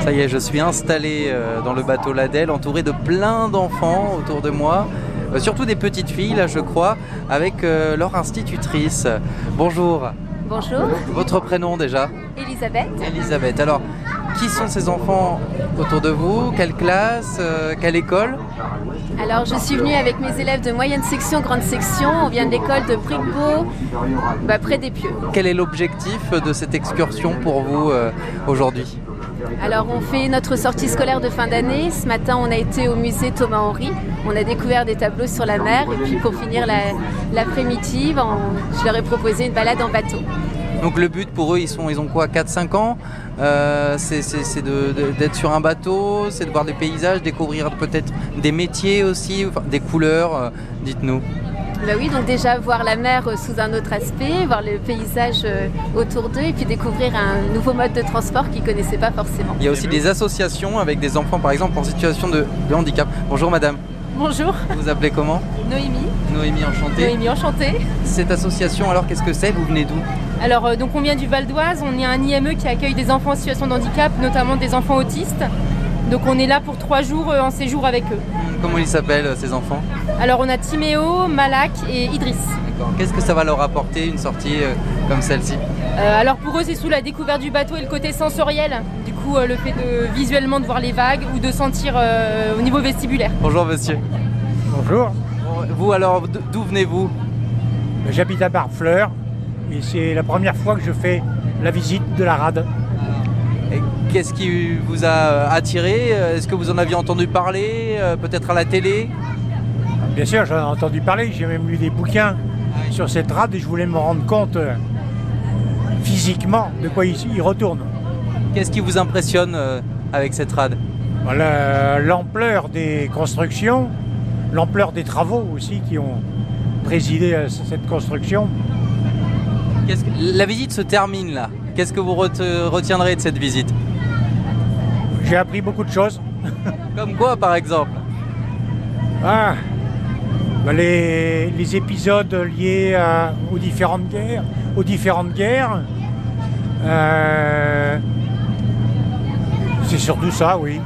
Ça y est, je suis installé euh, dans le bateau Ladel, entouré de plein d'enfants autour de moi, euh, surtout des petites filles, là, je crois, avec euh, leur institutrice. Bonjour. Bonjour, Votre prénom déjà Elisabeth. Elisabeth. Alors, qui sont ces enfants autour de vous Quelle classe Euh, Quelle école Alors, je suis venue avec mes élèves de moyenne section, grande section. On vient de l'école de Bricbeau, bah, près des Pieux. Quel est l'objectif de cette excursion pour vous euh, aujourd'hui Alors, on fait notre sortie scolaire de fin d'année. Ce matin, on a été au musée Thomas Henry. On a découvert des tableaux sur la mer. Et puis, pour finir la- l'après-midi, ben, on- je leur ai proposé une balade en bateau. Donc le but pour eux, ils, sont, ils ont quoi 4-5 ans Euh, C'est c'est- c'est de- de- d'être sur un bateau, c'est de voir des paysages, découvrir peut-être des métiers aussi, enfin, des couleurs, euh, dites-nous. Bah oui, donc déjà voir la mer euh, sous un autre aspect, voir le paysage euh, autour d'eux et puis découvrir un nouveau mode de transport qu'ils ne connaissaient pas forcément. Il y a aussi des associations avec des enfants, par exemple, en situation de, de handicap. Bonjour madame, Bonjour, vous vous appelez comment Noémie. Noémie, enchantée. Noémie, enchantée. Cette association, alors qu'est-ce que c'est Vous venez d'où Alors, euh, donc on vient du Val d'Oise, on est un IME qui accueille des enfants en situation de handicap, notamment des enfants autistes. Donc on est là pour trois jours euh, en séjour avec eux. Comment ils s'appellent euh, ces enfants Alors on a Timéo, Malak et Idriss. Qu'est-ce que ça va leur apporter une sortie euh, comme celle-ci Euh, alors pour eux c'est sous la découverte du bateau et le côté sensoriel. Du coup euh, le fait de visuellement de voir les vagues ou de sentir euh, au niveau vestibulaire. Bonjour monsieur. Bonjour, Vous alors, d- d'où venez-vous j'habite à Barfleur et c'est la première fois que je fais la visite de la rade. Et Qu'est-ce qui vous a euh, attiré Euh, Est-ce que vous en aviez entendu parler euh, Peut-être à la télé Bien sûr, j'en ai entendu parler, j'ai même lu des bouquins sur cette rade et je voulais me rendre compte euh, physiquement de quoi il, il retourne. Qu'est-ce qui vous impressionne euh, avec cette rade Voilà, euh, L'ampleur des constructions, l'ampleur des travaux aussi qui ont présidé à c- cette construction. Qu'est-ce que- La visite se termine là. Qu'est-ce que vous rete- retiendrez de cette visite J'ai appris beaucoup de choses. Comme quoi par exemple Ah, bah les, les épisodes liés à- aux différentes guerres, aux différentes guerres. Euh, c'est surtout ça, oui.